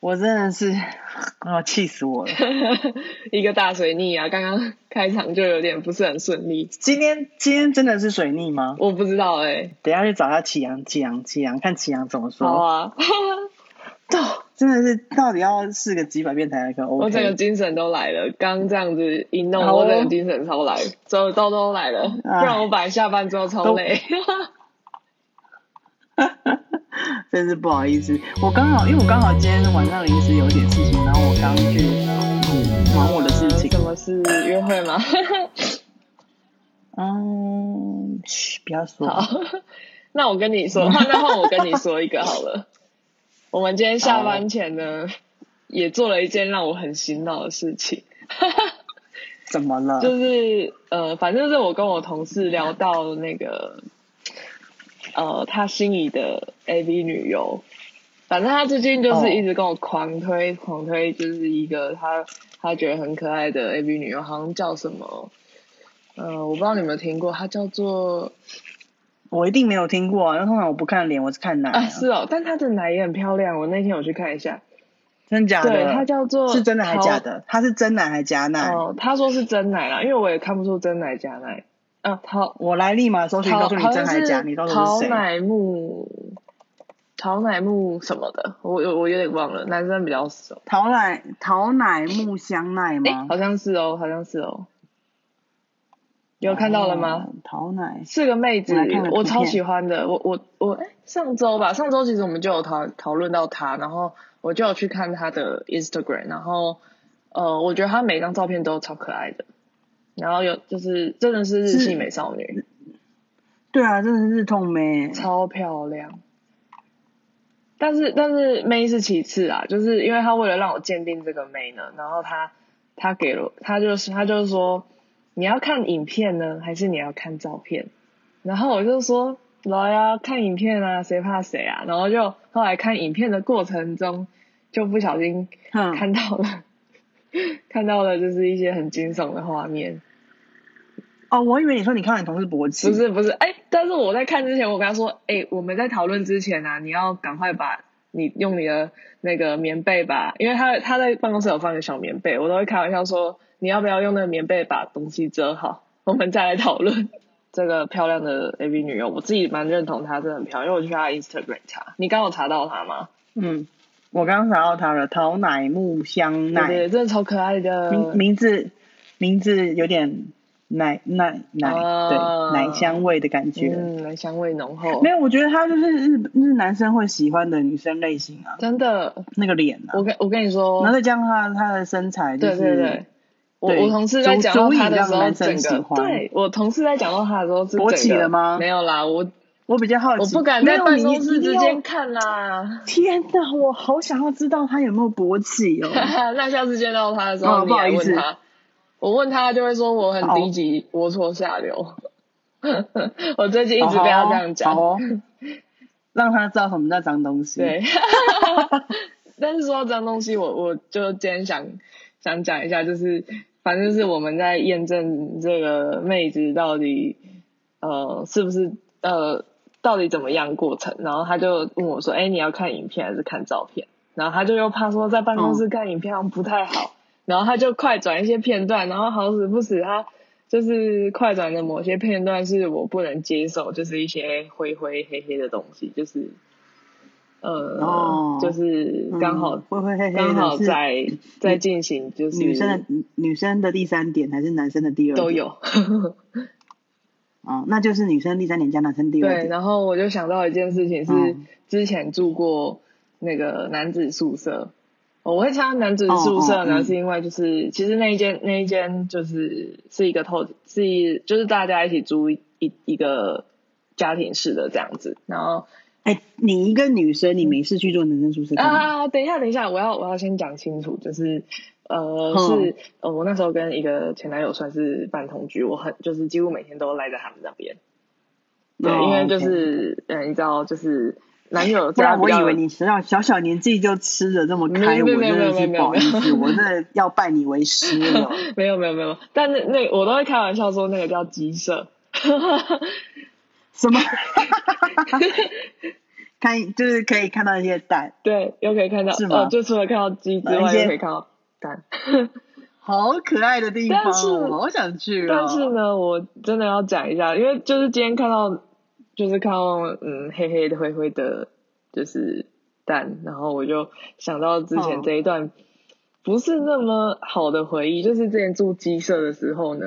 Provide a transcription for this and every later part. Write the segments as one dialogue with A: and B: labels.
A: 我真的是啊，气死我了！
B: 一个大水逆啊，刚刚开场就有点不是很顺利。
A: 今天今天真的是水逆吗？
B: 我不知道哎、
A: 等一下去找他祁阳，祁阳，祁阳，看祁阳怎么
B: 好
A: 说。
B: 啊，
A: 到真的是到底要试个几百遍才能 OK？
B: 我整个精神都来了，刚这样子一弄，
A: 好哦
B: 我整个精神超来，都都都来了。不
A: 哎
B: 然我本来下班之后超
A: 都
B: 累。
A: 真是不好意思，我刚好因为我刚好今天晚上临时有点事情，然后我刚去嗯忙我的事情
B: 呃。 什么是约会吗？
A: 嗯，嘘，不要说。
B: 好，那我跟你说，那那换我跟你说一个好了。我们今天下班前呢，也做了一件让我很心恼的事情。
A: 怎么了？
B: 就是呃，反正是我跟我同事聊到那个，呃，他心仪的 AV 女优，反正他最近
A: 哦
B: 就是一直跟我狂推、狂推，就是一个他他觉得很可爱的 AV 女优，好像叫什么，呃，我不知道你有没有听过，她叫做
A: 我一定没有听过啊，因为通常我不看脸，我是看奶、
B: 啊是哦，但她的奶也很漂亮，我那天有去看一下，
A: 真假的？
B: 对，她叫做
A: 是真的还假
B: 陶
A: 的？他是真奶还假奶？
B: 哦，他说是真奶啦，因为我也看不出真奶假奶。啊，陶
A: 我来立马搜寻，
B: 陶
A: 告诉你
B: 好
A: 真
B: 像
A: 还
B: 是
A: 假，你到底是
B: 陶
A: 谁？
B: 乃木，陶乃木什么的，我我我有点忘了，男生比较熟。
A: 桃乃桃乃木香奈
B: 哎、
A: 吗？
B: 好像是哦，好像是哦。有看到了吗？
A: 哦？桃乃
B: 是个妹子
A: 我来看看，
B: 我
A: 图
B: 超
A: 片
B: 喜欢的。我我我，哎、上周吧，上周其实我们就有讨讨论到她，然后我就有去看她的 Instagram，然后呃，我觉得她每张照片都超可爱的，然后有就是真的是日系
A: 是
B: 美少女，
A: 对啊，真的是日痛妹。
B: 超漂亮。但是但是妹是其次啊，就是因为她为了让我鉴定这个妹呢，然后她她给了她就是她就是说你要看影片呢，还是你要看照片？然后我就说来啊，看影片啊，谁怕谁啊？然后就后来看影片的过程中，就不小心
A: 嗯，
B: 看到了、看到了就是一些很惊悚的画面，
A: 哦，我以为你说你看到你同事勃起，
B: 不是不是，哎、但是我在看之前，我跟他说，哎、我们在讨论之前啊，你要赶快把你用你的那个棉被吧，因为他他在办公室有放个小棉被，我都会开玩笑说，你要不要用那个棉被把东西遮好，我们再来讨论。这个漂亮的 AV 女优，我自己蛮认同她，真的很漂亮，因为我去她 Instagram 查，你刚有查到她吗？
A: 嗯，我刚刚查到他了，桃乃木香
B: 对对
A: 奈，
B: 对，呃真的超可爱的。
A: 名名字名字有点奶奶奶，
B: 啊
A: 对，奶香味的感觉。
B: 嗯，香味浓厚
A: 没，有，我觉得他就是日日男生会喜欢的女生类型啊，
B: 真的。
A: 那个脸啊，
B: 我跟我跟你说，
A: 然后再加上他他的身材，就
B: 对
A: 是
B: 对对，我
A: 对
B: 我同事在
A: 足
B: 讲到
A: 足以
B: 他的
A: 让
B: 时候，
A: 男生
B: 整
A: 喜
B: 个
A: 欢
B: 对我同事在讲到他的时候是
A: 勃
B: 整
A: 起
B: 个
A: 了吗
B: 没有啦，我
A: 我比较好奇，
B: 我不敢在
A: 没有
B: 办
A: 你
B: 公室
A: 一定
B: 之
A: 要
B: 间看啦。
A: 天哪，我好想要知道他有没有勃起哦！
B: 那下次见到他的时
A: 哦
B: 候，你
A: 不好
B: 来
A: 意
B: 问
A: 思
B: 他，我问他就会说我很
A: 好
B: 低级，龌龊下流。 我最 近一直被他这样讲，
A: 好哦，好哦 让他知道什么叫脏东西。，
B: 对，但是说到脏东西，我我就今天想想讲一下，就是反正是我们在验证这个妹子到底呃是不是呃到底怎么样过程，然后他就问我说：“哎、你要看影片还是看照片？”然后他就又怕说在办公室看影片好像不太好，然后他就快转一些片段，然后好死不死他。就是快转的某些片段是我不能接受，就是一些灰灰黑黑的东西，就是呃，
A: 哦
B: 就是刚好
A: 嗯会会黑黑
B: 刚好
A: 的，是
B: 在在进行，就是
A: 女生的女生的第三点还是男生的第二点
B: 都有。
A: 哦，那就是女生第三点加男生第二
B: 对，
A: 点。
B: 然后我就想到一件事情是
A: 嗯，
B: 之前住过那个男子宿舍。哦我会参加男子宿舍
A: 哦哦
B: 呢，
A: 嗯
B: 是因为就是其实那一间那一间就是是一个透是一就是大家一起租一一一个家庭式的这样子，然后
A: 哎，你一个女生，你没事去做男生宿舍干嘛？
B: 嗯啊，等一下，等一下，我要我要先讲清楚，就是呃，
A: 嗯
B: 是呃，我那时候跟一个前男友算是半同居，我很就是几乎每天都赖在他们那边，对，
A: 哦
B: 因为就
A: OK
B: 是嗯、呃你知道，就是男友
A: 不
B: 家
A: 然
B: 比
A: 我
B: 较
A: 以为你小小小小年纪就吃的这么
B: 没
A: 开，
B: 有
A: 我
B: 没有
A: 真的
B: 没
A: 是
B: 有没有
A: 不好意
B: 没
A: 思，我真的要拜你为师了。
B: 没有没有没有，但是那我都会开玩笑说那个 叫鸡舍，
A: 什么？看就是可以看到一些蛋，
B: 对，又可以看到，
A: 是吗
B: 呃，就除了看到鸡之
A: 哪一
B: 外，
A: 些
B: 又可以看到蛋。
A: 好可爱的地方
B: 但是
A: 哦，我好想去哦。
B: 但是呢，我真的要讲一下，因为就是今天看到，就是看到嗯黑黑的灰灰的，就是蛋，然后我就想到之前
A: 哦
B: 这一段不是那么好的回忆，就是之前住鸡舍的时候呢，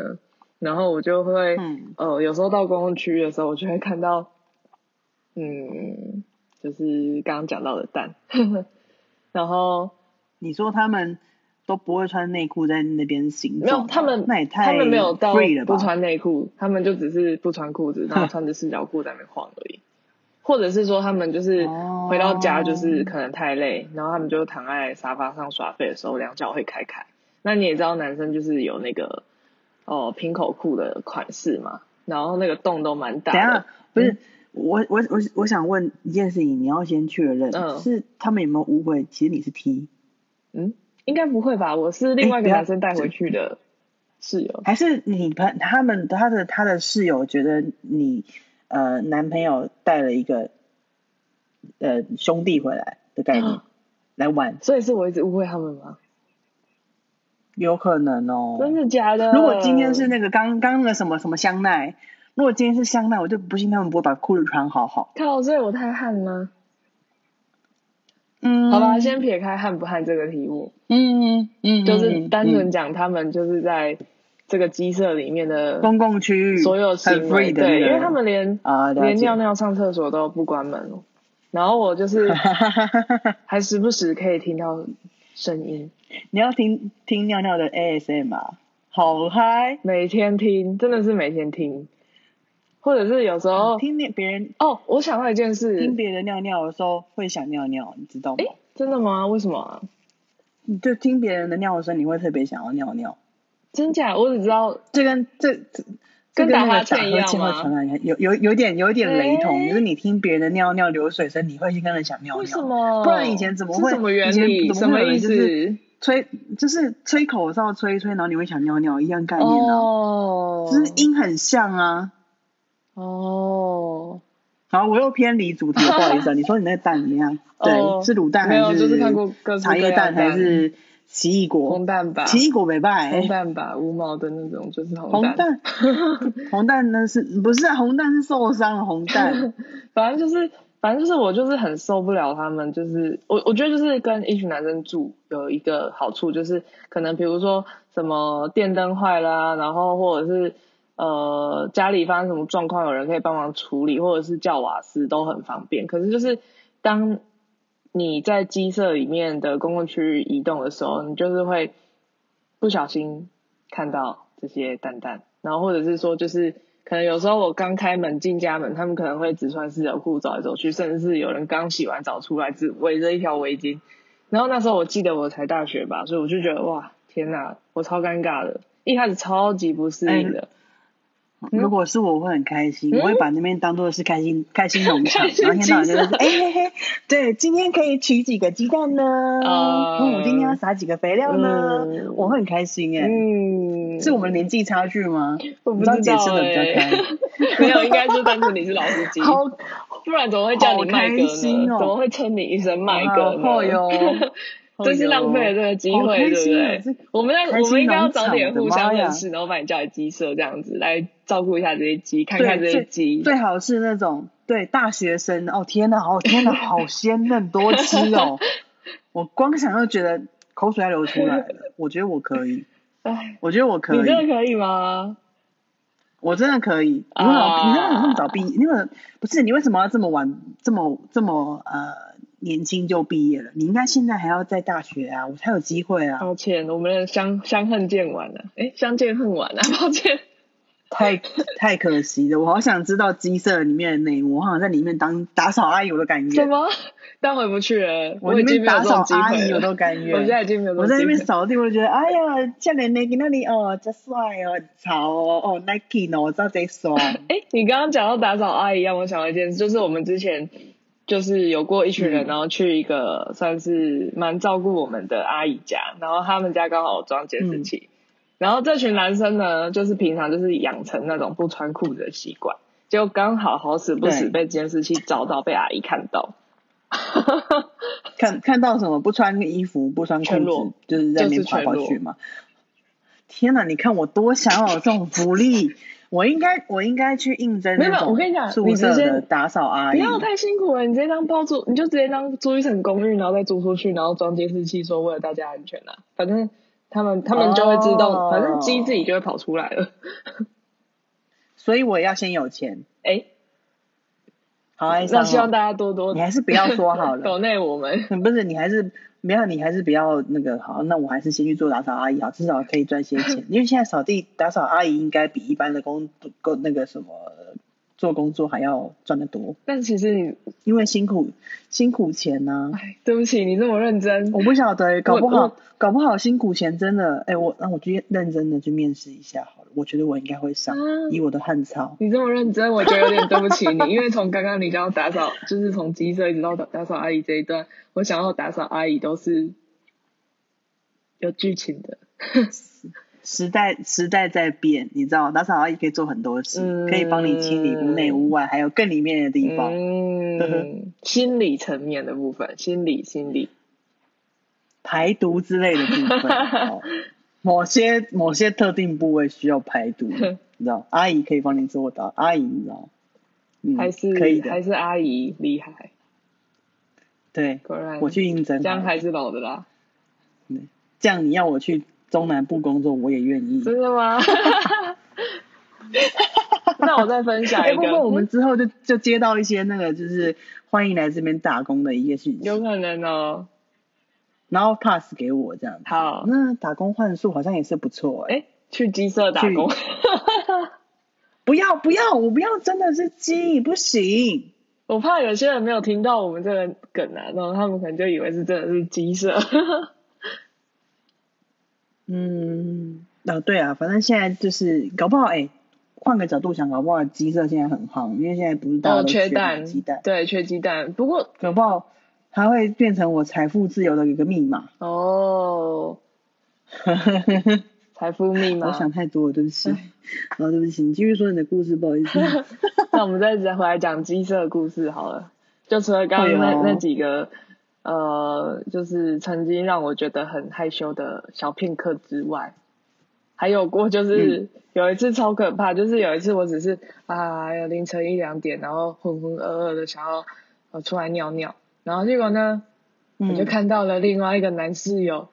B: 然后我就会、
A: 嗯
B: 呃有时候到公共区域的时候，我就会看到嗯就是刚刚讲到的蛋， 然后。
A: 你说他们都不会穿内裤在那边行走，
B: 没有，他们
A: 那也太
B: 他们没有到
A: free 了吧？
B: 不穿内裤，他们就只是不穿裤子，然后穿着四角裤在那边晃而已。或者是说他们就是
A: 哦
B: 回到家就是可能太累，然后他们就躺在沙发上耍废的时候，两脚会开开。那你也知道男生就是有那个哦平口裤的款式嘛，然后那个洞都蛮
A: 等一
B: 大的
A: 下。不是。我我我我想问一件事情，你要先确认、
B: 嗯
A: 是他们有没有误会，其实你是 T，
B: 嗯，应该不会吧？我是另外一
A: 哎等一
B: 个
A: 下
B: 男生带回去的室友。
A: 还是你朋他们他的他的室友觉得你呃男朋友带了一个呃兄弟回来的概
B: 哦
A: 念、来玩，
B: 所以是我一直误会他们吗？
A: 有可能哦。
B: 真的假的？
A: 如果今天是那个刚刚那个什么什么香奈，如果今天是香奈，我就不信他们不会把裤子穿好好。
B: 靠，所以我太汗吗？
A: 嗯
B: 好吧，先撇开汉不汉这个题目，
A: 嗯嗯嗯，
B: 就是单纯
A: 嗯
B: 讲他们就是在这个鸡舍里面的
A: 公共区域
B: 所有
A: 嗯很
B: 行
A: free
B: 为，
A: 的那
B: 对，
A: 个，
B: 因为他们连
A: 啊了解
B: 连尿尿、上厕所都不关门，哦然后我就是还时不时可以听到声音，
A: 你要听听尿尿的 ASM 啊，好嗨！
B: 每天听，真的是每天听，或者是有时
A: 嗯
B: 候
A: 听尿别人
B: 哦，我想到一件
A: 听
B: 事，
A: 别人尿尿的时候会想尿尿，你知道吗
B: 诶？真的吗？为什么啊？
A: 你就听别人的尿声，你会特别想要尿尿。
B: 真假？我只知道
A: 这跟这这
B: 跟
A: 这
B: 打
A: 那个
B: 哈欠一样
A: 会
B: 吗
A: 传染有有有有点有点雷同，
B: 诶
A: 就是你听别人的尿尿流水声，你会先跟着想尿尿。
B: 为什？么，
A: 不然以前怎么
B: 是
A: 会
B: 什么原
A: 以
B: 理？
A: 前
B: 什
A: 怎么
B: 么
A: 会有
B: 意
A: 人就是
B: 思？
A: 吹就是吹口哨吹一吹，然后你会想尿尿一样概念啊，
B: 哦，
A: 就是音很像啊。
B: 哦，
A: 好，我又偏离主 题了，不好意思啊。你说你那个蛋怎么样？
B: 哦
A: 对，是卤蛋
B: 没有
A: 还
B: 就是看过各式
A: 茶叶
B: 各样
A: 蛋
B: 的
A: 还
B: 蛋
A: 是奇异
B: 红
A: 果？
B: 蛋吧，
A: 奇异果没 败
B: 红，蛋吧，无毛的那种就是红
A: 红蛋， 红蛋那是不是啊？红蛋是受伤了，红蛋
B: 反正就是，反正就是我就是很受不了他们，就是我我觉得就是跟一群男生住有一个好处，就是可能比如说什么电灯坏啦、然后或者是呃家里发生什么状况，有人可以帮忙处理，或者是叫瓦斯都很方便。可是就是当你在鸡舍里面的公共区域移动的时候，你就是会不小心看到这些蛋蛋，然后或者是说就是可能有时候我刚开门进家门，他们可能会只穿四角裤走来走去，甚至是有人刚洗完澡出来只围着一条围巾。然后那时候我记得我才大学吧，所以我就觉得哇天哪，我超尴尬的，一开始超级不适应的，
A: 如果是我，我会很开心，
B: 嗯
A: 我会把那边当做是开心开心农场
B: 开，心
A: 然后一天到晚就是
B: 鸡舍
A: 哎嘿嘿，对，今天可以取几个鸡蛋呢？
B: 呃
A: 嗯，我今天要撒几个肥料呢？
B: 嗯
A: 我会很开心哎，
B: 嗯，
A: 是我们年纪差距吗？
B: 我不
A: 知道
B: 知
A: 姐
B: 道
A: 吃的比较
B: 欸
A: 开。
B: 没有，应该就单纯你是老司 机，
A: 好
B: 不然怎么会叫你麦哥
A: 好开心
B: 呢？
A: 哦
B: 怎么会称你一声麦哥
A: 好
B: 呢？
A: 哟，
B: 真是浪费了这个机会，对不
A: 啊
B: 对？我们要
A: 哦开心
B: 我们应该要早
A: 农
B: 点
A: 场我
B: 互
A: 的
B: 相
A: 妈呀
B: 认识，然后把你叫来鸡舍这样子，来照顾一下这些鸡，看看这
A: 对，
B: 些
A: 最
B: 鸡。
A: 最好是那种对大学生哦，天哪，哦天哪，好鲜嫩多汁 哦，我光想就觉得口水要流出来了。我觉得我可以，
B: 哎，
A: 我觉得我可
B: 你
A: 以，
B: 真的可以吗？
A: 我真的可以。你
B: 啊
A: 为什么？你为什么这么早毕业？你为什么不是？你为什么要这么晚？这么这么呃年轻就毕业了？你应该现在还要在大学啊，我才有机会啊。
B: 抱歉，我们的相相恨见晚了，哎，相见恨晚了， 抱歉。
A: 太太可惜了，我好想知道鸡舍里面的内幕，我好想在里面当打扫阿姨，我都甘
B: 什
A: 愿。
B: 么？但回不去了，
A: 我
B: 已
A: 那边
B: 经没有
A: 打
B: 这
A: 扫
B: 种机
A: 阿
B: 会
A: 姨，我
B: 了。
A: 都甘
B: 我
A: 愿
B: 现。在已经没有这
A: 我
B: 种机
A: 在
B: 会
A: 那
B: 了。
A: 边扫地，我就觉得，哎呀，这里那个那里哦，真帅哦，很潮哦，哦，Nike 呢，我知道贼 爽。
B: 哎、你刚刚讲到打扫阿姨，让我想到一件事，就是我们之前就是有过一群人，
A: 嗯
B: 然后去一个算是蛮照顾我们的阿姨家，然后他们家刚好有装监视
A: 嗯
B: 器，然后这群男生呢，就是平常就是养成那种不穿裤子的习惯，结果刚好好死不死
A: 对
B: 被监视器找到，被阿姨看到，
A: 看看到什么不穿衣服、不穿
B: 全
A: 裤
B: 裸
A: 子，就是在那边
B: 就是
A: 跑来
B: 全
A: 跑
B: 裸
A: 去嘛。天哪！你看我多想要有这种福利， 我应该我应该去应征
B: 没有
A: 那
B: 没有我跟你
A: 种
B: 讲
A: 宿
B: 你直
A: 舍
B: 接
A: 的打扫阿
B: 不
A: 姨。
B: 要太辛苦了，你直接当包租，你就直接当租一层公寓，然后再租出去，然后装监视器，说为了大家安全啊。反正他们他们就会自动，
A: 哦
B: 反正鸡自己就会跑出来了。
A: 所以我要先有钱。
B: 哎、
A: 好哀伤、
B: 那希望
A: 哦，
B: 大家多多
A: 你还是不要说好了。
B: 抖内我们。
A: 不是，你还是没有，你还是不要那个好。那我还是先去做打扫阿姨好，啊至少可以赚些钱。因为现在扫地打扫阿姨应该比一般的工工那个什么做工作还要赚得多，
B: 但其实你，
A: 因为辛苦辛苦钱呐、
B: 哎，对不起，你这么认真，
A: 我不晓得，搞不
B: 我
A: 好搞不好辛苦钱真的，哎、我那我去认真的去面试一下好了。我觉得我应该会上，
B: 啊
A: 以我的汉操。
B: 你这么认真，我觉得有点对不起你，因为从刚刚你讲到打扫，就是从鸡舍一直到打打扫阿姨这一段，我想要打扫阿姨都是有剧情的。
A: 时代时代在变，你知道，打扫阿姨可以做很多事，
B: 嗯
A: 可以帮你清理屋内屋外，还有更里面的地方。呵呵
B: 嗯，心理层面的部分，心理心理，
A: 排毒之类的部分，哦、 某些某些特定部位需要排 毒，你知道，阿姨可以帮你做到，阿姨你知道，嗯，
B: 还是
A: 可以的
B: 还，是阿姨厉害，
A: 对，
B: 果然
A: 我去应征
B: 这
A: 好了，
B: 样还是老的啦，
A: 这样你要我去中南部工作，我也愿意。
B: 真 的吗？那我再分享
A: 哎，
B: 一
A: 不
B: 个，嗯
A: 过我们之后就就接到一些那个，就是欢迎来这边打工的一些讯
B: 有
A: 息，
B: 可能哦。
A: 然后 pass 给我这样子。
B: 好
A: 那打工换宿好像也是不错哎、
B: 哎，去鸡舍打
A: 去
B: 工，
A: 不要不要，我不要真的是鸡，不行。
B: 我怕有些人没有听到我们这个梗啊，然后他们可能就以为是真的是鸡舍。
A: 嗯，啊，对啊，反正现在就是搞不好，哎、换个角度想，搞不好鸡舍现在很夯，因为现在不是大家
B: 哦，
A: 都
B: 缺
A: 那个
B: 蛋，
A: 鸡蛋，
B: 对，缺鸡蛋。不过
A: 搞不好它会变成我财富自由的一个密 码。
B: 哦，财富密码。
A: 我想太多了，对不
B: 嗯
A: 起，啊，对不起，你继续说你的故事，不好意 思。
B: 那我们再回来讲鸡舍的故事好了。就除了刚刚那、
A: 哎呦
B: 那几个，呃，就是曾经让我觉得很害羞的小片刻之外，还有过就是有一次超可怕，就是有一次我只是啊凌晨一两点，然后浑浑噩噩的想要呃出来尿尿，然后结果呢，我
A: 嗯
B: 就看到了另外一个男室友，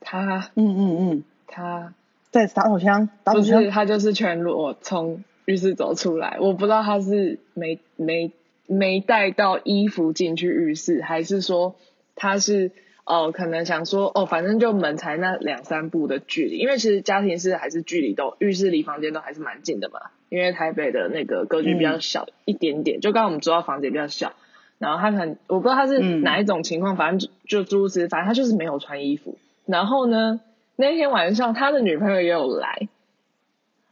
B: 他
A: 嗯嗯嗯，
B: 他
A: 在打手枪，打手
B: 不
A: 枪
B: 是，，他就是全裸从浴室走出来。我不知道他是没没没带到衣服进去浴室，还是说他是哦、呃可能想说哦，反正就门才那两三步的距离，因为其实家庭式还是距离都浴室离房间都还是蛮近的嘛。因为台北的那个格局比较小、一点点，就刚刚我们住到房间比较小，然后他可能我不知道他是
A: 嗯
B: 哪一种情况，反正就就诸如此类，反正他就是没有穿衣服。然后呢，那天晚上他的女朋友也有来，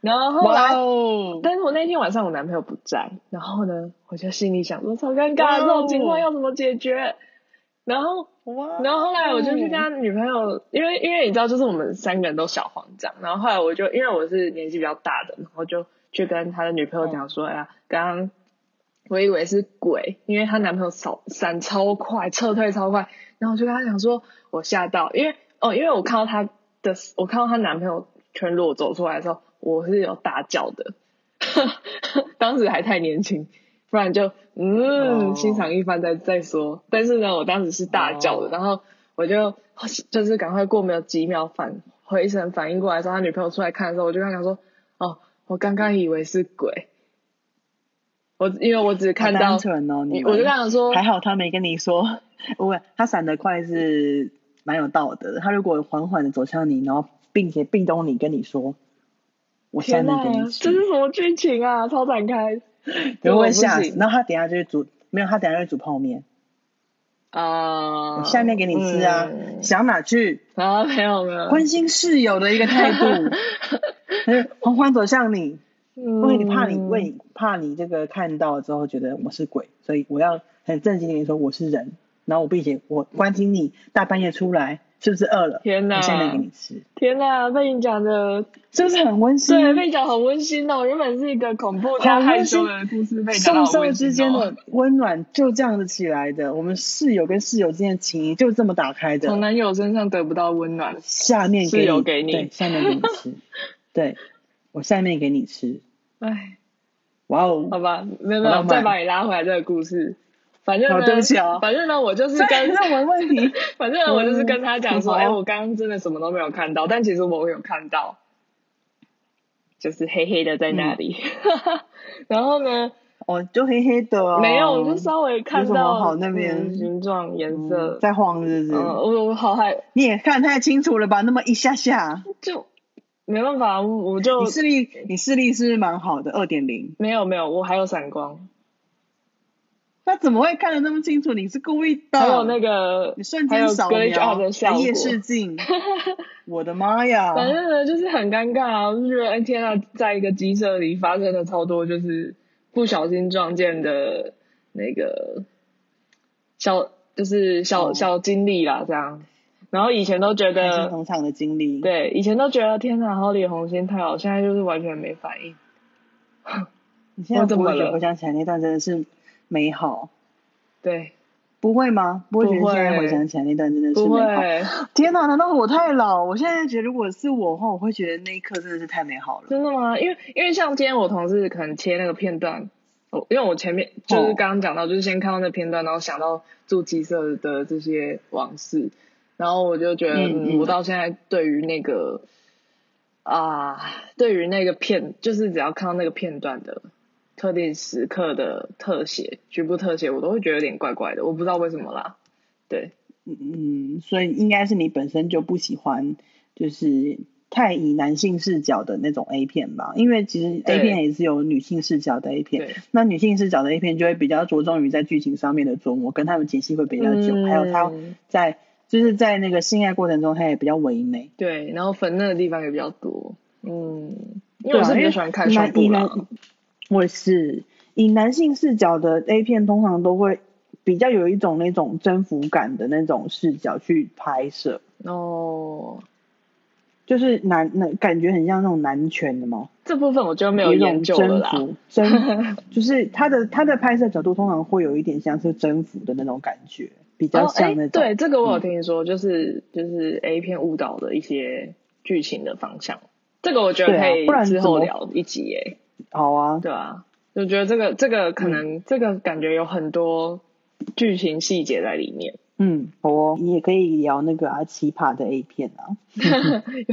B: 然后后来，
A: 哦，
B: 但是我那天晚上我男朋友不在，然后呢，我就心里想说超尴尬，
A: 哇哦
B: 这种情况要怎么解决？然后，
A: 哇哦
B: 然后后来我就去跟他女朋友，因为因为你知道，就是我们三个人都小慌张，然后后来我就因为我是年纪比较大的，然后就去跟他的女朋友讲说，哎呀，刚刚我以为是鬼，因为她男朋友扫闪超快，撤退超快，然后我就跟她讲说，我吓到，因为哦，因为我看到她的，我看到她男朋友全裸走出来的时候，我是有大叫的， 当时还太年轻，不然就嗯、
A: 哦
B: 欣赏一番再再说。但是呢，我当时是大叫的，
A: 哦
B: 然后我就就是赶快过没有几秒反回神反应过来的时候，他女朋友出来看的时候，我就跟他讲说，哦，我刚刚以为是鬼。我因为我只看
A: 好
B: 到
A: 单纯哦，你
B: 我
A: 们
B: 就跟他说，
A: 还好他没跟你说，不，他闪得快是蛮有道德的。他如果缓缓的走向你，然后并且壁咚你，跟你说“我下
B: 天
A: 面
B: 呐，
A: 跟你
B: 这
A: 吃
B: 是什么剧情啊？超 展开，”，
A: 有
B: 我
A: 会
B: 不
A: 吓
B: 行
A: 死。然后他等一下就会煮，没有他等一下就会煮泡面，
B: 啊！
A: 我下面给你吃啊，
B: 嗯
A: 想哪去？
B: 啊，没有没有，
A: 关心室友的一个态 度，嗯缓缓走向你，因为你怕你
B: 嗯
A: 为你怕你这个看到之后觉得我是鬼，所以我要很正经的跟你说我是人，然后我并且我关心你大半夜出来，就是饿了，
B: 天哪
A: 我现在给你吃，
B: 天哪，被你讲的，
A: 是不是很温馨？
B: 对，被你讲很温馨哦。原本是一个恐怖加
A: 好
B: 害
A: 温馨
B: 羞的故事，被你讲
A: 送
B: 到
A: 兽
B: 温馨
A: 之间
B: 哦，
A: 的温暖就这样子起来的，我们室友跟室友之间的情谊就这么打开
B: 从
A: 的。
B: 男友身上得不到温暖。
A: 下面给
B: 室友
A: 你，
B: 给你
A: 对，下面给你 吃，对我下面给你吃，
B: 唉，
A: 哇哦，
B: 好吧，没有
A: 好
B: 没有，
A: 浪漫
B: 再把你拉回来这个故事。反正
A: 好
B: 呢，
A: 对不起哦
B: 反正呢，我就是 跟
A: 这是我的问 题。
B: 反正我就是跟他讲说，
A: 嗯
B: 哎、我刚刚真的什么都没有看到，但其实我有看到，就是黑黑的在那里。
A: 嗯
B: 然后呢，
A: 哦，就黑黑的哦，
B: 没有，我就稍微看
A: 有什
B: 到
A: 么好那边
B: 嗯形状、颜
A: 嗯
B: 色。
A: 在晃是不
B: 嗯，
A: 是？
B: 我我好害，
A: 你也看太清楚了吧？那么一下下，
B: 就没办法，我我就
A: 你视力你视力是不是蛮好的，二点零。
B: 没有没有，我还有闪光，
A: 那怎么会看得那么清楚？你是故意的。
B: 还有那个
A: 嗯你瞬
B: 还有
A: 间扫
B: glitch
A: 描
B: out 的效果
A: 夜视 镜，我的妈呀！
B: 反正呢，就是很尴尬啊，我就觉得，哎天啊，在一个鸡舍里发生了超多，就是不小心撞见的那个小，就是小、
A: 哦
B: 小经历啦，这样。然后以前都觉
A: 开心
B: 得，
A: 农场的经历，，
B: 对，以前都觉得天啊哪，好脸红心太好，现在就是完全没反应。
A: 你现在
B: 我怎
A: 不
B: 么
A: 会觉得
B: 了
A: 回想起来那段真的是美好，
B: 对，
A: 不会吗？不会觉
B: 不
A: 得
B: 会
A: 现在回想起来那段真的是
B: 不
A: 美好？
B: 会，
A: 天哪，难道我太老？我现在觉得如果是我的话，我会觉得那一刻真的是太美好了。
B: 真的吗？因为因为像今天我同事可能切那个片段，我因为我前面
A: 哦
B: 就是刚刚讲到，就是先看到那片段，然后想到住鸡舍的这些往事，然后我就觉得，
A: 嗯
B: 嗯，
A: 嗯
B: 我到现在对于那个啊，对于那个片，就是只要看到那个片段的特定时刻的特写，局部特写，我都会觉得有点怪怪的，我不知道为什么啦。对，
A: 嗯，所以应该是你本身就不喜欢，就是太以男性视角的那种 A 片吧？因为其实 A
B: 对
A: 片也是有女性视角的 A 片
B: 对，
A: 那女性视角的 A 片就会比较着重于在剧情上面的琢磨，跟他们解析会比较久，还有他
B: 嗯
A: 在就是在那个性爱过程中，他也比较唯美。
B: 对，然后粉嫩的地方也比较多，嗯，因为
A: 对啊，
B: 我是
A: 因
B: 比
A: 为
B: 较喜欢看
A: 男
B: 胸部
A: 以
B: 啦
A: 男。我也是以男性视角的 A 片，通常都会比较有一种那种征服感的那种视角去拍摄。
B: 哦，
A: 就是男那感觉很像那种男权的嘛，
B: 这部分我就没
A: 有
B: 有
A: 一
B: 研
A: 种
B: 究了
A: 征
B: 啦。
A: 服，征就是他的他的拍摄角度通常会有一点像是征服的那种感觉，比较
B: 哦，哎
A: 像那，种、嗯
B: 对，这个我有听说，就是就是 A 片误导的一些剧情的方向，这个我觉得
A: 对啊
B: 可以
A: 不然
B: 之
A: 怎
B: 后
A: 么
B: 聊一集耶，
A: 好啊，
B: 对啊，我觉得这个这个可
A: 嗯
B: 能这个感觉有很多剧情细节在里面，
A: 嗯，好哦，你也可以聊那个啊奇葩的 A 片啊，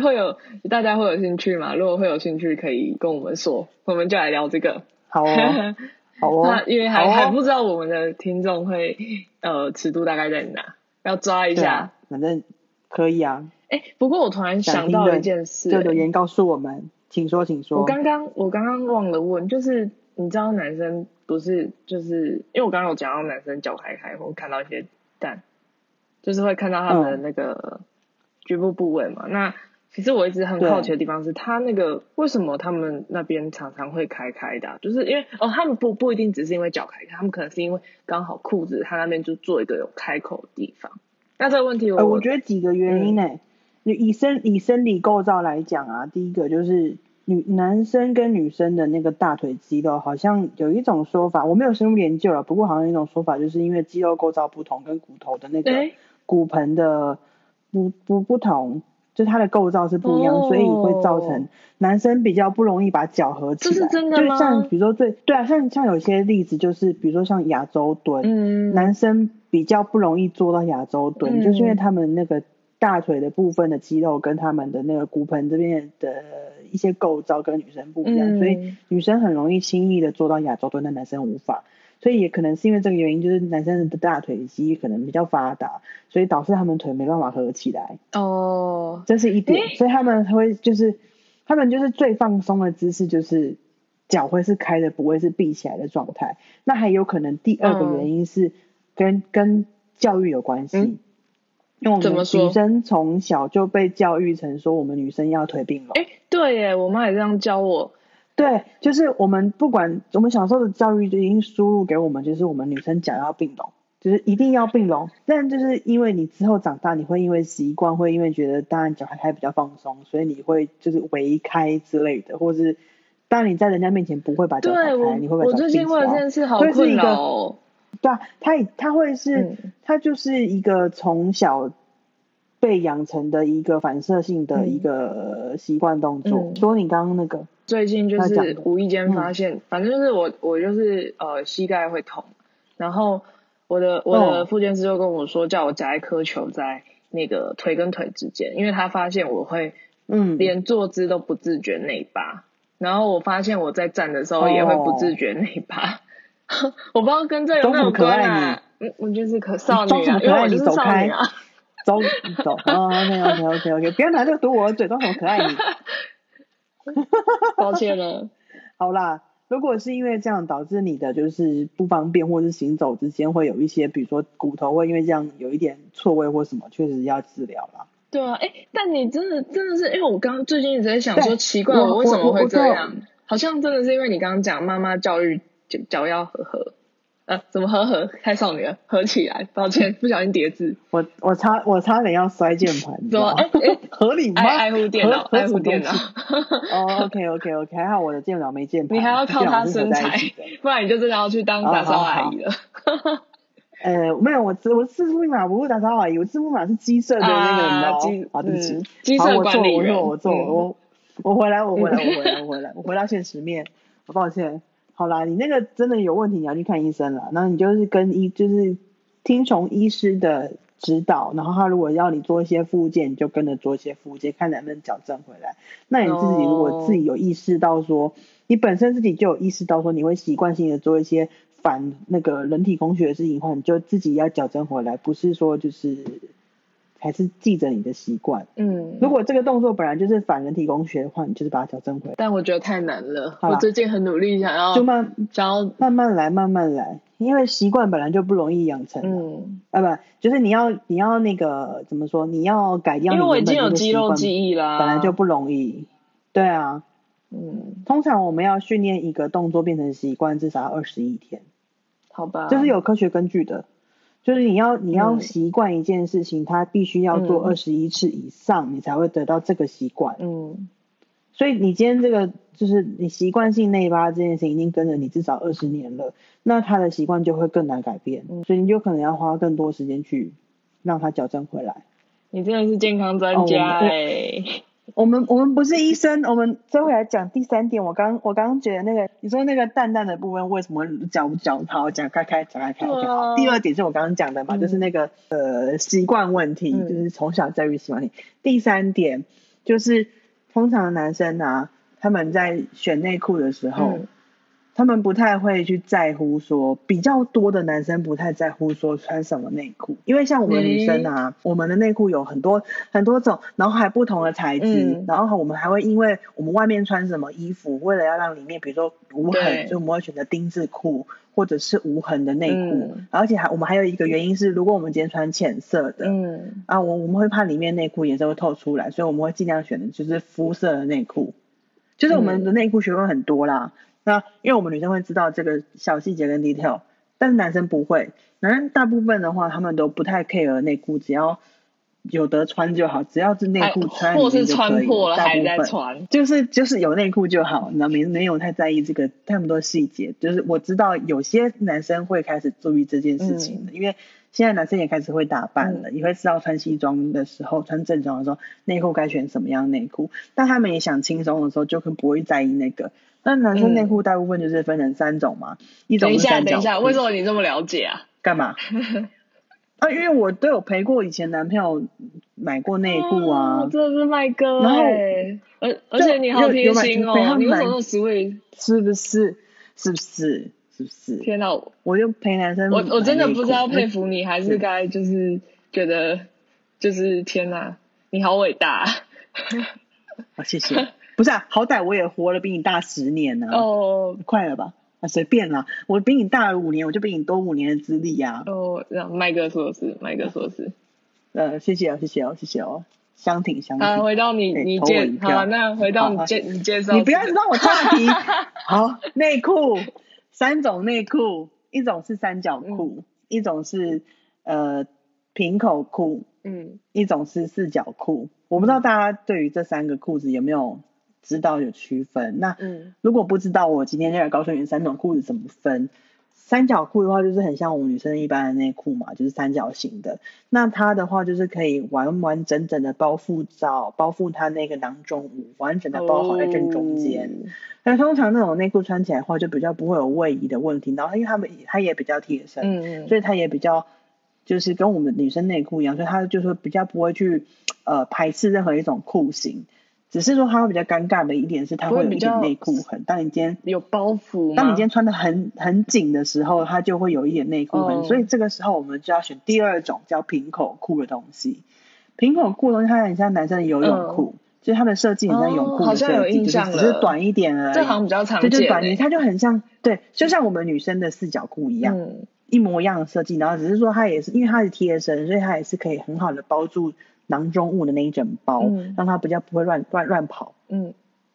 B: 会有大家会有兴趣吗？如果会有兴趣，可以跟我们说，我们就来聊这个。
A: 好哦， 好哦
B: 那，因为还、
A: 好哦
B: 还不知道我们的听众会呃尺度大概在哪，要抓一
A: 对
B: 下。
A: 啊，反正可以啊，
B: 哎、不过我突然
A: 想
B: 想
A: 听
B: 到
A: 的
B: 一件事、
A: 就留
B: 诶
A: 言告诉我们，请说，请
B: 我
A: 说，
B: 刚刚我刚刚忘了问，就是你知道男生不是就是因为我刚刚有讲到男生脚开开，或看到一些蛋，就是会看到他们的
A: 嗯
B: 那个局部部位嘛。那其实我一直很
A: 对
B: 好奇的地方是，他那个为什么他们那边常常会开开的啊、就是因为哦，他们不不一定只是因为脚开开，他们可能是因为刚好裤子他那边就做一个有开口的地方。那这个问题我、
A: 呃，我觉得几个原因呢、
B: 嗯
A: 你以生以生理构造来讲啊，第一个就是女男生跟女生的那个大腿肌肉，好像有一种说法，我没有深入研究了，不过好像有一种说法，就是因为肌肉构造不同，跟骨头的那
B: 哎、
A: 个骨盆的不不不同，就它的构造是不一
B: 哦
A: 样，所以会造成男生比较不容易把脚合起来。
B: 这是真的
A: 就
B: 吗
A: 像比如说最对啊，像像有些例子就是，比如说像亚洲蹲，
B: 嗯，
A: 男生比较不容易做到亚洲蹲，
B: 嗯
A: 就是因为他们那个大腿的部分的肌肉跟他们的那个骨盆这边的一些构造跟女生不一样，
B: 嗯
A: 所以女生很容易轻易的做到亚洲蹲，但男生无法。所以也可能是因为这个原因，就是男生的大腿肌可能比较发达，所以导致他们腿没办法合起来，
B: 哦，
A: 这是一点。
B: 诶
A: 所以他们会就是，他们就是最放松的姿势就是脚会是开的，不会是闭起来的状态。那还有可能第二个
B: 嗯
A: 原因是跟、跟教育有关系。
B: 嗯
A: 因为我
B: 怎
A: 们
B: 么说
A: 女生从小就被教育成说，我们女生要腿并拢。
B: 哎、对耶，我妈也这样教我。
A: 对，就是我们不管我们小时候的教育就已经输入给我们，就是我们女生脚要并拢，就是一定要并拢。但就是因为你之后长大，你会因为习惯，会因为觉得当然脚开比较放松，所以你会就是围开之类的，或是当然你在人家面前不会把脚
B: 对
A: 打
B: 我
A: 开，你会把
B: 我
A: 脚
B: 最近
A: 并起
B: 为了这
A: 来。
B: 件事好
A: 会是
B: 困
A: 一个
B: 扰哦。
A: 对啊，他也他会是、
B: 嗯
A: 他就是一个从小被养成的一个反射性的一个呃习惯动作。
B: 嗯
A: 说你刚刚那个，
B: 最近就
A: 要讲嗯
B: 是
A: 的
B: 无意间发现，反正就是我我就是呃膝盖会痛，然后我的我的
A: 哦
B: 复健师就跟我说，叫我夹一颗球在那个腿跟腿之间，因为他发现我会
A: 嗯，
B: 连坐姿都不自觉内八，然后我发现我在站的时候也会不
A: 哦
B: 自觉内八。 我不知道跟这有没有关啊？嗯，我就是可少
A: 装
B: 女
A: 什
B: 啊
A: 么，
B: 因
A: 可
B: 为
A: 爱？
B: 我就
A: 你
B: 是
A: 走
B: 少
A: 开
B: 女啊。，
A: 走走啊，OK OK OK OK，不要拿这个堵我的嘴，装什么可爱你？
B: 抱歉了，
A: 好啦，如果是因为这样导致你的就是不方便，或是行走之间会有一些，比如说骨头会因为这样有一点错位或什么，确实要治疗啦。
B: 对啊，哎、但你真的真的是，因为我刚最近一直在想说，
A: 对
B: 奇怪，
A: 我
B: 为什么
A: 我我
B: 会
A: 我
B: 这
A: 知道
B: 样？好像真的是因为你刚刚讲妈妈教育脚脚要合合，呃，怎么合合？太少女了，合起来，抱歉，不小心叠字，
A: 我我差我差点要摔键盘，你知道吗
B: 怎么哎哎？
A: 合理吗？
B: 爱爱护电脑，
A: 合合
B: 爱护
A: 什么东
B: 电
A: 西
B: 脑，
A: 哦，OK OK OK，还好我的键脑没键盘，
B: 你还要靠
A: 电脑
B: 她
A: 是合
B: 身
A: 在
B: 材
A: 一起的。，
B: 不然你就真的要去当
A: 哦
B: 打扫
A: 好
B: 阿
A: 好
B: 姨了。
A: 呃，没有，我字我字幕密码不是打扫而已，我字幕密码是鸡舍的那个，
B: 啊，
A: 你
B: 鸡
A: 知道啊，对不起，
B: 嗯鸡
A: 好，
B: 舍
A: 我
B: 管
A: 错，
B: 理
A: 我
B: 员，
A: 错，我错，
B: 嗯
A: 我我回来，我回来，我回来，我回来，我回到现实面，我抱歉。好啦，你那个真的有问题，你要去看医生了。那你就是跟医，就是听从医师的指导，然后他如果要你做一些复健，你就跟着做一些复健，看能不能矫正回来。那你自己如果自己有意识到说，你本身自己就有意识到说你会习惯性的做一些反那个人体工学的事情的话，你就自己要矫正回来，不是说就是还是记着你的习惯。
B: 嗯，
A: 如果这个动作本来就是反人体工学的话，你就是把它矫正回来，
B: 但我觉得太难了，
A: 好
B: 我
A: 啦
B: 最近很努力想要
A: 就慢
B: 想要，
A: 慢慢来，慢慢来，因为习惯本来就不容易养成的。
B: 嗯。
A: 啊不，就是你要你要那个怎么说？你要改掉
B: 因
A: 你
B: 为我已
A: 原本
B: 经有
A: 这个
B: 肌
A: 习
B: 肉
A: 惯，
B: 记忆啊啦，
A: 本来就不容易。对啊，
B: 嗯，
A: 通常我们要训练一个动作变成习惯，至少要二十一天。
B: 好吧，
A: 这是有科学根据的，就是你要你要
B: 啊嗯
A: 习惯一件事情，它必须要做
B: 嗯
A: 二十一次以上，你才会得到这个习惯。
B: 嗯
A: 所以你今天这个就是你习惯性内八这件事情，已经跟着你至少二十年了，那他的习惯就会更难改变，
B: 嗯
A: 所以你就可能要花更多时间去让他矫正回来。
B: 你真的是健康
A: 哦
B: 专家哎、欸，
A: 我们我们不是医生，我们最后来讲第三点。我刚我刚觉得那个你说那个淡淡的部分为什么讲讲好讲开开讲开开
B: 对啊
A: 就好。第二点是我刚刚讲的嘛，
B: 嗯
A: 就是那个呃习惯问题，
B: 嗯
A: 就是从小教育习惯问题。第三点就是通常男生啊，他们在选内裤的时候，
B: 嗯
A: 他们不太会去在乎说，比较多的男生不太在乎说穿什么内裤，因为像我们女生啊，
B: 嗯
A: 我们的内裤有很多很多种，然后还不同的材质，
B: 嗯
A: 然后我们还会因为我们外面穿什么衣服，为了要让里面比如说无
B: 对
A: 痕，所以我们会选择丁字裤或者是无痕的内裤，
B: 嗯
A: 而且还我们还有一个原因是，如果我们今天穿浅色的，
B: 嗯
A: 啊，我我们会怕里面内裤颜色会透出来，所以我们会尽量选的就是肤色的内裤。就是我们
B: 嗯
A: 的内裤学问很多啦，那因为我们女生会知道这个小细节跟 detail，但是男生不会。男生大部分的话，他们都不太 care 内裤，只要有得穿就好，只要是内裤穿在
B: 或
A: 里
B: 是
A: 面就可
B: 穿
A: 以
B: 破
A: 了。
B: 了
A: 大部
B: 还在
A: 分
B: 穿，
A: 就是就是有内裤就好，你知道没没有太在意这个太多细节。就是我知道有些男生会开始注意这件事情
B: 嗯
A: 的，因为现在男生也开始会打扮了，也会知道穿西装的时候、穿正装的时候，内裤该选什么样的内裤。但他们也想轻松的时候，就更不会在意那个。那男生内裤大部分就是分成三种嘛，一种
B: 等一
A: 是
B: 下
A: 三角
B: 嗯等一下，为什
A: 么
B: 么你这么了解啊？
A: 干 嘛？啊，因为我都有陪过以前男朋友买过内裤啊
B: 哦，真的是麦哥
A: 然后
B: 哎、而而且你好贴
A: 有
B: 心
A: 有买有陪他
B: 哦，
A: 们
B: 你为什么那么 sweet？
A: 是不是？是不是？是不是？
B: 天哪，我
A: 我就陪男生买内裤，哎
B: 我真的不知道佩
A: 服
B: 服你，还是该就是觉得就是天哪，你好伟大
A: 啊，谢谢。 不是啊，好歹我也活了比你大十年呢、
B: 哦
A: 快了吧？啊，随便啦，我比你大了五年，我就比你多五年的资历啊。
B: 哦，让麦哥说的是麦哥说的是。
A: 呃，谢谢哦，谢谢哦，谢谢哦，相挺相挺。
B: 好，回到你
A: 对
B: 你
A: 投哎我
B: 介
A: 一票
B: 好，那回到你
A: 好
B: 介你介绍，
A: 你不要让我岔题。
B: 嗯
A: 好，内裤三种内裤，一种是三角裤，一种是呃平口裤，
B: 嗯，
A: 一种是四角裤。我不知道大家对于这三个裤子有没有知道有区分？那
B: 嗯
A: 如果不知道，我今天就来告诉你三种裤子怎么分。三角裤的话，就是很像我们女生一般的内裤嘛，就是三角形的。那它的话，就是可以完完整整的包覆到包覆它那个囊中物，完整的包好在正中间。
B: 哦
A: 但通常那种内裤穿起来的话，就比较不会有位移的问题。然后，因为它们它也比较贴身，
B: 嗯嗯，
A: 所以它也比较就是跟我们女生内裤一样，所以它就是比较不会去呃排斥任何一种裤型。只是说它会比较尴尬的一点是，它
B: 不
A: 会
B: 会
A: 有
B: 比
A: 一点
B: 较
A: 内裤痕。当你今天
B: 有包袱吗？
A: 当你今天穿的很很紧的时候，它就会有一点内裤痕，
B: 哦
A: 所以这个时候我们就要选第二种叫平口裤的东西。平口裤的东西它很像男生的游泳裤，就是它的设计很像泳裤
B: 嗯哦好
A: 的
B: 像有
A: 设计，
B: 印
A: 就是
B: 象
A: 只是
B: 了
A: 短一点而已。
B: 这好像比较常
A: 对，
B: 见、
A: 就是短一，
B: 欸，
A: 它就很像对，就像我们女生的四角裤一样，
B: 嗯
A: 一模一样的设计，然后只是说它也是因为它是贴身，所以它也是可以很好的包住囊中物的那一整包，
B: 嗯
A: 让它比较不会乱乱乱跑。
B: 嗯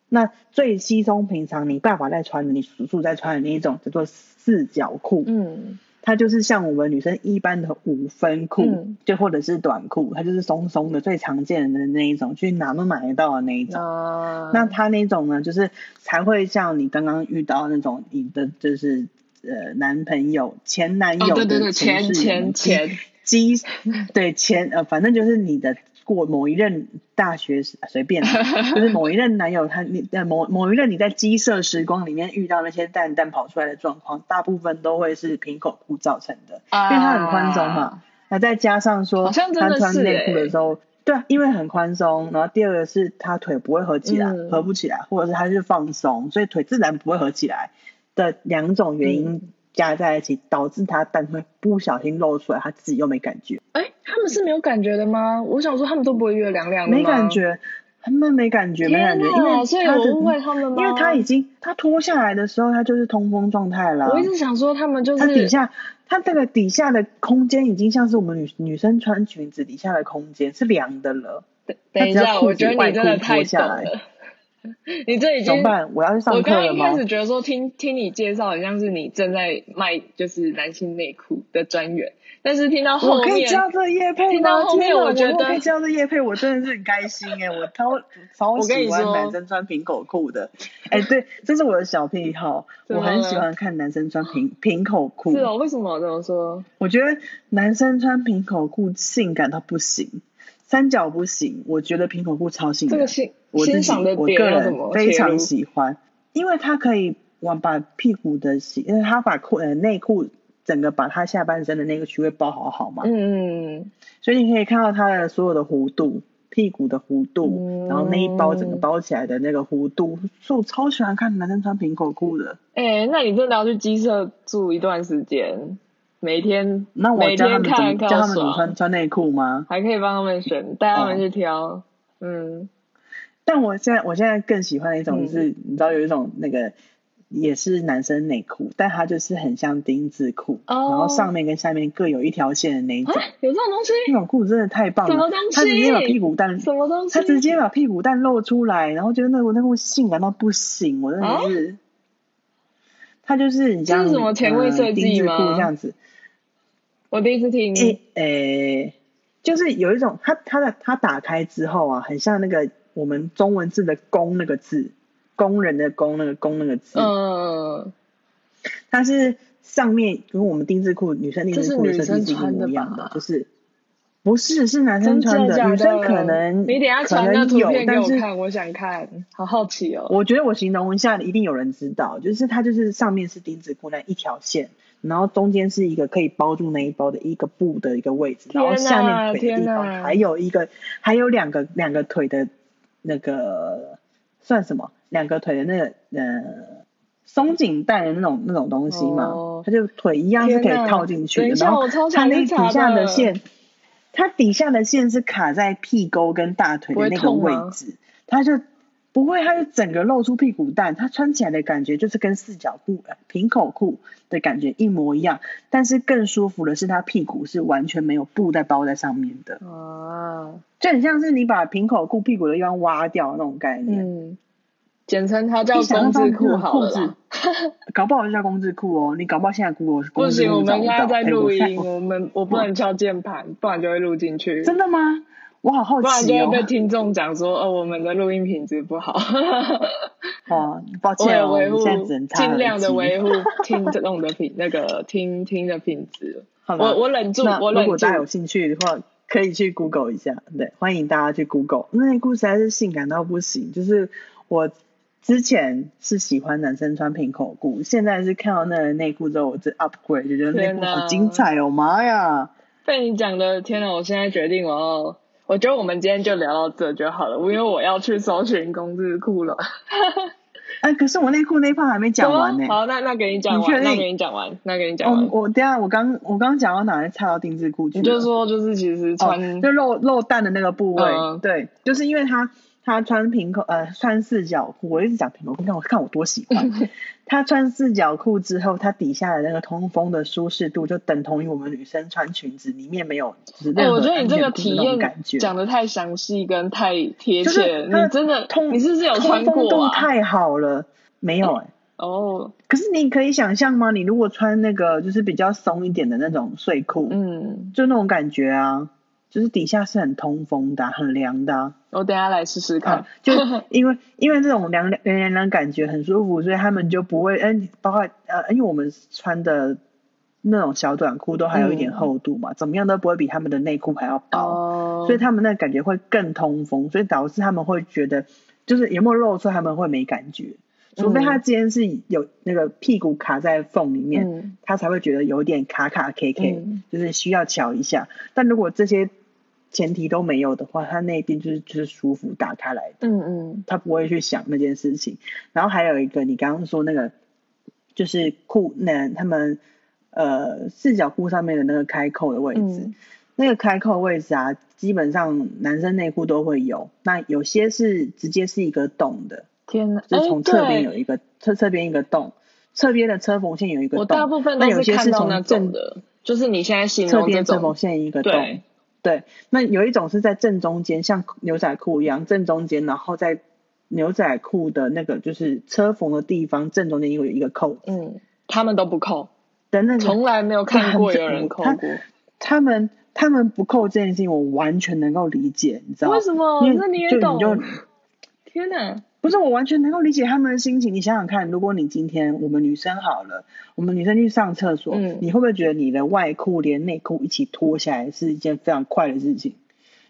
A: 那最稀松平常，你爸爸在穿的，你叔叔在穿的那一种叫做四角裤，
B: 嗯
A: 它就是像我们女生一般的五分裤，
B: 嗯
A: 就或者是短裤，它就是松松的最常见的那一种，去哪都买得到的那一种。
B: 啊，
A: 那它那种呢，就是才会像你刚刚遇到那种你的就是呃男朋友前男
B: 哦
A: 友
B: 对对
A: 的
B: 对，前
A: 室友们基
B: 前前，
A: 基对前呃，反正就是你的过某一任大学时随便啦， 就是某一任男友他你呃某某一任你在鸡舍时光里面遇到那些蛋蛋跑出来的状况，大部分都会是平口裤造成的，因
B: 啊
A: 为它很宽松嘛。那再加上说
B: 好像真
A: 他
B: 的
A: 穿
B: 是
A: 内裤的
B: 欸
A: 时候，对啊，因为很宽松，然后第二个是他腿不会合起来，
B: 嗯
A: 合不起来，或者是他是放松，所以腿自然不会合起来的两种原
B: 嗯
A: 因加在一起，导致他蛋会不小心露出来，他自己又没感觉。
B: 哎，他们是没有感觉的吗？我想说他们都不会月亮亮的吗
A: 没感，觉，他们没感觉，
B: 天
A: 没感觉，因
B: 哪
A: 为
B: 所以
A: 他
B: 我
A: 的
B: 误会他们吗？
A: 因为他已经他脱下来的时候，他就是通风状态啦
B: 我。一直想说他们就是
A: 他底下，他这个底下的空间已经像是我们女女生穿裙子底下的空间是凉的了，
B: 等等一
A: 他只
B: 下，
A: 要
B: 我
A: 裤
B: 觉
A: 子
B: 得
A: 外
B: 你
A: 裤
B: 真的太
A: 脱
B: 懂
A: 下来，
B: 了， 你这已
A: 怎
B: 经
A: 么办？我要去
B: 我
A: 上
B: 刚
A: 课
B: 刚
A: 了
B: 一
A: 吗
B: 开？始觉得说听听你介绍，好像是你正在卖就是男性内裤的专员，但是听到后
A: 我可以
B: 面
A: 接到这个叶配
B: 听
A: 吗？
B: 到后面
A: 天哪
B: 我
A: 我
B: 觉
A: 如果可以
B: 得
A: 接到这叶配，我真的是很开心哎、我 超超
B: 我跟
A: 喜
B: 你
A: 欢
B: 说
A: 男生穿平口裤的，哎、对，这是我的小癖好，
B: 怎
A: 我
B: 么
A: 很
B: 了
A: 喜欢看男生穿平平口裤。
B: 是哦，为什么这么说？
A: 我觉得男生穿平口裤性感到不行，三角不行，我觉得平口裤超性
B: 这
A: 感。
B: 个欣
A: 我自
B: 欣
A: 己
B: 赏的
A: 嗯我
B: 点
A: 个
B: 要怎
A: 人
B: 么
A: 非
B: 切入
A: 常？喜欢，因为它可以往把屁股的形，因为它把裤呃内裤整个把它下半身的那个区位包好好嘛，
B: 嗯嗯
A: 所以你可以看到它的所有的弧度。屁股的弧度，然后那一包整个
B: 嗯
A: 包起来的那个弧度，所以我超喜欢看男生穿平口裤的。
B: 嗯，哎，那你真的要去鸡舍住一段时间，每天
A: 那我
B: 每
A: 教他
B: 天
A: 们怎么
B: 看
A: 教
B: 看
A: 他
B: 到
A: 们怎么
B: 爽，
A: 穿穿内裤吗？
B: 还可以帮他们选，带他们去挑，嗯
A: 但我现在我现在更喜欢的一种
B: 嗯
A: 是，你知道有一种那个也是男生内裤，但它就是很像丁字裤，
B: 哦
A: 然后上面跟下面各有一条线的那一
B: 啊
A: 种，，
B: 有这种东西？
A: 那种裤子真的太棒
B: 什么
A: 了。
B: 东西？
A: 他直接把屁股蛋，
B: 什么东西？
A: 他直接把屁股蛋露出来，然后觉得那个那个性感到不行，我真的是。他就是你像
B: 啊这是什么前卫
A: 呃、
B: 设计吗
A: 丁字裤这样子，
B: 我第一次听，
A: 诶、诶、就是有一种它它的它打开之后啊，很像那个我们中文字的“工”那个字，工人的“工”那个“工”那个字，
B: 嗯，
A: 它是上面跟我们丁字裤女生丁字裤
B: 这是女
A: 设
B: 生
A: 计是一
B: 穿的
A: 模一样的
B: 吧，
A: 就是不是是男生穿
B: 真的假的
A: 嗯女生可能
B: 你等一下
A: 可
B: 传个
A: 能
B: 图
A: 有，
B: 片给
A: 但
B: 我
A: 是
B: 看，我想看，好好奇哦。
A: 我觉得我形容一下，一定有人知道，就是它就是上面是丁字裤那一条线，然后中间是一个可以包住那一包的一个布的一个位置，
B: 天
A: 然
B: 哪
A: 后下面腿的地
B: 天啊哪
A: 方还有一个，还有两个两个腿的那个算什么？两个腿的那个呃松紧带的那种那种东西嘛，
B: 哦
A: 它就腿一样是可
B: 天哪
A: 以套进去
B: 等
A: 的，
B: 一下
A: 然
B: 我
A: 后它
B: 超想
A: 那
B: 去
A: 底
B: 查
A: 下的
B: 的
A: 线。它底下的线是卡在屁沟跟大腿
B: 不
A: 的
B: 会
A: 那个
B: 痛
A: 位
B: 吗
A: 置，它就不会，它就整个露出屁股蛋，它穿起来的感觉就是跟四角裤、呃平口裤的感觉一模一样，但是更舒服的是，它屁股是完全没有布在包在上面的，
B: 啊，
A: 就很像是你把平口裤屁股的地方挖掉那种概念。
B: 嗯，简称它叫
A: 你想象
B: 工字
A: 那
B: 库
A: 个
B: 好了
A: 控
B: 啦
A: 制。 搞不好就叫工字库哦，你搞不好现在 Google
B: 不
A: 工字
B: 行，我
A: 库找
B: 们现
A: 不
B: 在
A: 到。
B: 在
A: 哎我
B: 录
A: 现在
B: 音，我们我不能敲键盘，不然就会录进去，
A: 真的吗？我好好
B: 不然就
A: 奇
B: 会
A: 哦。
B: 被听众讲说，哦，我们的录音品质不好。
A: 哦，抱
B: 嗯我
A: 歉
B: 有
A: 哦，我
B: 维
A: 们
B: 护
A: 现在只能，插
B: 尽量的维
A: 护。
B: 护听众的品那个听听的品质。
A: 好吧
B: 我我忍住，
A: 那
B: 我
A: 如
B: 忍
A: 果
B: 住
A: 大家。有兴趣的话，可以去 Google 一下。对，欢迎大家去 Google。那一故事还是性感到不行，就是我之前是喜欢男生穿平口裤，现在是看到那个内裤之后，我这 upgrade 就觉得内裤
B: 天哪
A: 好精彩哦，妈呀！
B: 被你讲的，天哪！我现在决定我要，我觉得我们今天就聊到这就好了，因为我要去搜寻工字库了。
A: 哎，可是我内裤那一 part 还没讲完呢、
B: 好，那那给你讲
A: 你确
B: 完，
A: 定
B: 那给你讲完，那给你讲
A: 哦
B: 完。，
A: 我等一下我刚我刚讲到哪里插到定制裤去
B: 你
A: 了？
B: 就说就是其实穿、
A: 哦、就露露蛋的那个部位，
B: 嗯
A: 对，就是因为他他穿平口呃穿四角裤，我一直讲平口裤，你看我看我多喜 欢。他穿四角裤之后，他底下的那个通风的舒适度就等同于我们女生穿裙子里面没有就是
B: 哎、
A: 任
B: 我
A: 何
B: 觉得
A: 安
B: 你这
A: 全
B: 个
A: 裤的
B: 体
A: 那种
B: 验
A: 感觉。
B: 讲的太详细跟太贴切，
A: 就是它
B: 你真的
A: 通
B: 你是不是有穿
A: 通风
B: 过
A: 度
B: 啊？
A: 太好了，没有哎、
B: 哦，
A: 可是你可以想象吗？你如果穿那个就是比较松一点的那种睡裤，
B: 嗯，
A: 就那种感觉啊，就是底下是很通风的啊、很凉的啊、
B: 我等一下来试试看。
A: 啊， 就因为因为这种凉凉凉凉凉感觉很舒服，所以他们就不会，嗯，包括呃，因为我们穿的那种小短裤都还有一点
B: 嗯
A: 厚度嘛，怎么样都不会比他们的内裤还要薄，
B: 哦，
A: 所以他们那感觉会更通风，所以导致他们会觉得就是有没有露出来他们会没感觉，除非他
B: 嗯
A: 今天是有那个屁股卡在缝里面，
B: 嗯
A: 他才会觉得有点卡卡 K K，、
B: 嗯
A: 就是需要瞧一下。但如果这些前提都没有的话，他那边就是就是舒服打开来的，
B: 嗯嗯，
A: 他不会去想那件事情。然后还有一个，你刚刚说那个就是裤那他们呃四角裤上面的那个开扣的位置，
B: 嗯
A: 那个开扣位置啊，基本上男生内裤都会有，那有些是直接是一个洞的，
B: 天哪！
A: 就是
B: 哎
A: 从侧边有
B: 对
A: 一个侧侧边一个洞，侧边的车缝线有一个
B: 我大
A: 洞，
B: 部分
A: 那
B: 都
A: 有些
B: 看
A: 是
B: 到
A: 从
B: 那种
A: 正
B: 的，就是你现在形
A: 侧
B: 容哦这
A: 边车缝
B: 种，
A: 线一个洞
B: 对。
A: 对，那有一种是在正中间，像牛仔裤一样正中间，然后在牛仔裤的那个就是车缝的地方正中间有一个扣
B: 嗯，他们都不扣，
A: 的那
B: 从
A: 个，
B: 来没有看过有人扣
A: 他
B: 过。
A: 他们他们不扣这件事情，我完全能够理解，你知道吗
B: 为？什么？
A: 因为
B: 那你也
A: 就
B: 懂
A: 你就？
B: 天哪！
A: 不是我完全能够理解他们的心情。你想想看，如果你今天我们女生好了，我们女生去上厕所，
B: 嗯
A: 你会不会觉得你的外裤连内裤一起脱下来是一件非常快的事情？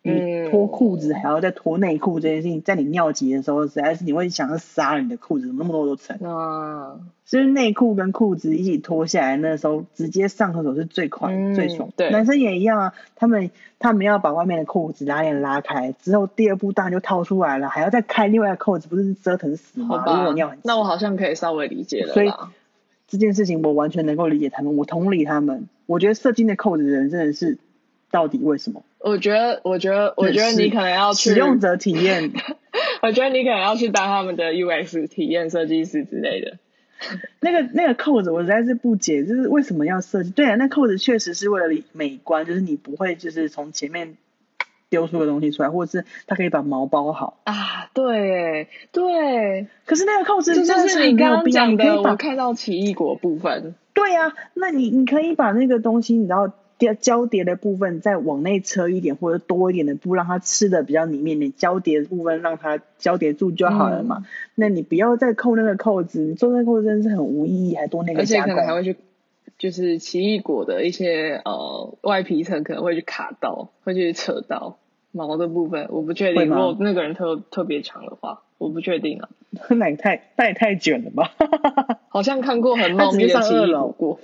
A: 你
B: 嗯
A: 脱裤子还要再脱内裤这件事情，在你尿急的时候，实在是你会想要杀了你的裤子，怎么那么多都层？
B: 那
A: 所以内裤跟裤子一起脱下来，那时候直接上厕所是最快、
B: 嗯
A: 最爽。
B: 对
A: 男生也一样啊，他们他们要把外面的裤子拉链拉开之后，第二步当然就掏出来了，还要再开另外的扣子，不是折腾死
B: 好
A: 吗？如果
B: 吧
A: 你要很，
B: 那我好像可以稍微理解了
A: 所以
B: 啦。
A: 这件事情，我完全能够理解他们，我同理他们。我觉得射精的扣子的人真的是，到底为什么？
B: 我觉得，我觉得，我觉得
A: 就是
B: 你可能要去
A: 使用者体验，
B: 我觉得你可能要去当他们的 UX 体验设计师之类的。
A: 那个那个扣子，我实在是不解，就是为什么要设计？对啊，那扣子确实是为了美观，就是你不会就是从前面丢出个东西出来，或者是它可以把毛包好。
B: 啊，对耶，对，
A: 可是那个扣子
B: 这
A: 真
B: 就
A: 的是
B: 是
A: 很
B: 你
A: 没
B: 刚
A: 有
B: 刚
A: 必要，
B: 讲
A: 你可
B: 的，
A: 以
B: 我
A: 把
B: 看到奇异果部分。
A: 对啊，那你你可以把那个东西，你知道交交叠的部分再往内车一点，或者多一点的布，让它吃的比较里面，你交叠的部分让它交叠住就好了
B: 嗯
A: 嘛。那你不要再扣那个扣子，你做那个扣子真的是很无意义，还多那个
B: 而且
A: 加
B: 可
A: 工
B: 能。还会去，就是奇异果的一些呃外皮层可能会去卡到，会去扯到毛的部分，我不确
A: 会
B: 定。如
A: 吗
B: 果那个人特特别强的话，我不确定啊。
A: 那也太那也太卷了吧！
B: 好像看过很茂密的
A: 他直接
B: 奇
A: 上二
B: 异
A: 楼
B: 果过，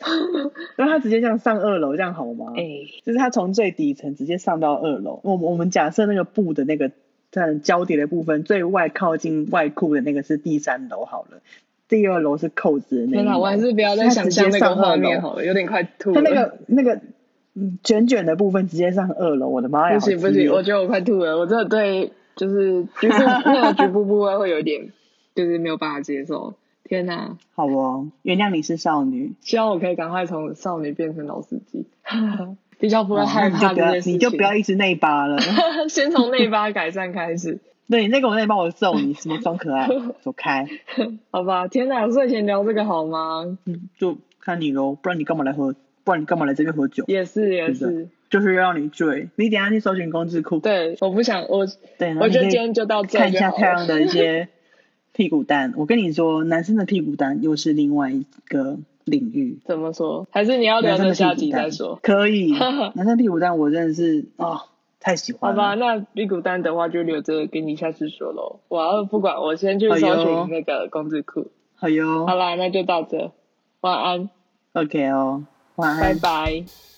A: 然后他直接这样上二楼，这样好吗？
B: 哎、
A: 就是他从最底层直接上到二楼。我们我们假设那个布的那个嗯交叠的部分，最外靠近外裤的那个是第三楼好了，第二楼是扣子的那
B: 天
A: 一
B: 哪，
A: 楼。
B: 我还是不要再
A: 他
B: 想
A: 直
B: 象
A: 接
B: 那个
A: 上
B: 画
A: 二
B: 面
A: 楼，
B: 好了，有点快吐
A: 他
B: 了。
A: 那个那个嗯卷卷的部分直接上二楼，我的妈呀！
B: 不行
A: 好
B: 不
A: 激烈
B: 行，我觉得我快吐了，我真的对就是局 部那个局部部位会有点就是没有办法接受。天哪，
A: 好哦，原谅你是少女，
B: 希望我可以赶快从少女变成老司 机，比较不会
A: 哦那
B: 害
A: 你就
B: 怕
A: 不
B: 这
A: 要
B: 件事情。
A: 你就不要一直内八了。
B: 先从内八改善开始。
A: 对，你再给我那帮我揍你，什么装可爱，走开，
B: 好吧，天哪，睡前聊这个好吗？
A: 嗯，就看你喽，不然你干嘛来喝？不然你干嘛来这边喝酒？
B: 也是也
A: 是
B: 是，
A: 就是让你醉。你等一下去搜寻工智库，
B: 对，我不想我，
A: 对，然后
B: 我
A: 你
B: 觉
A: 可
B: 得
A: 以
B: 今天就到这
A: 看一
B: 就
A: 下
B: 好
A: 太
B: 了。
A: 阳的一些屁股蛋。我跟你说，男生的屁股蛋又是另外一个领域。
B: 怎么说？还是你要
A: 男
B: 留
A: 生
B: 着
A: 的
B: 下
A: 屁股
B: 集
A: 蛋
B: 再说？
A: 可 以，男生屁股蛋我真的是哦，太喜
B: 好
A: 欢
B: 吧，
A: 了。
B: 那屁股蛋的话就留着给你下次说喽。我要不管，我先去
A: 哎呦
B: 搜寻那个工资库。
A: 好哟
B: 好啦，那就到这，晚安，
A: ，OK 哦，晚安，
B: 拜拜。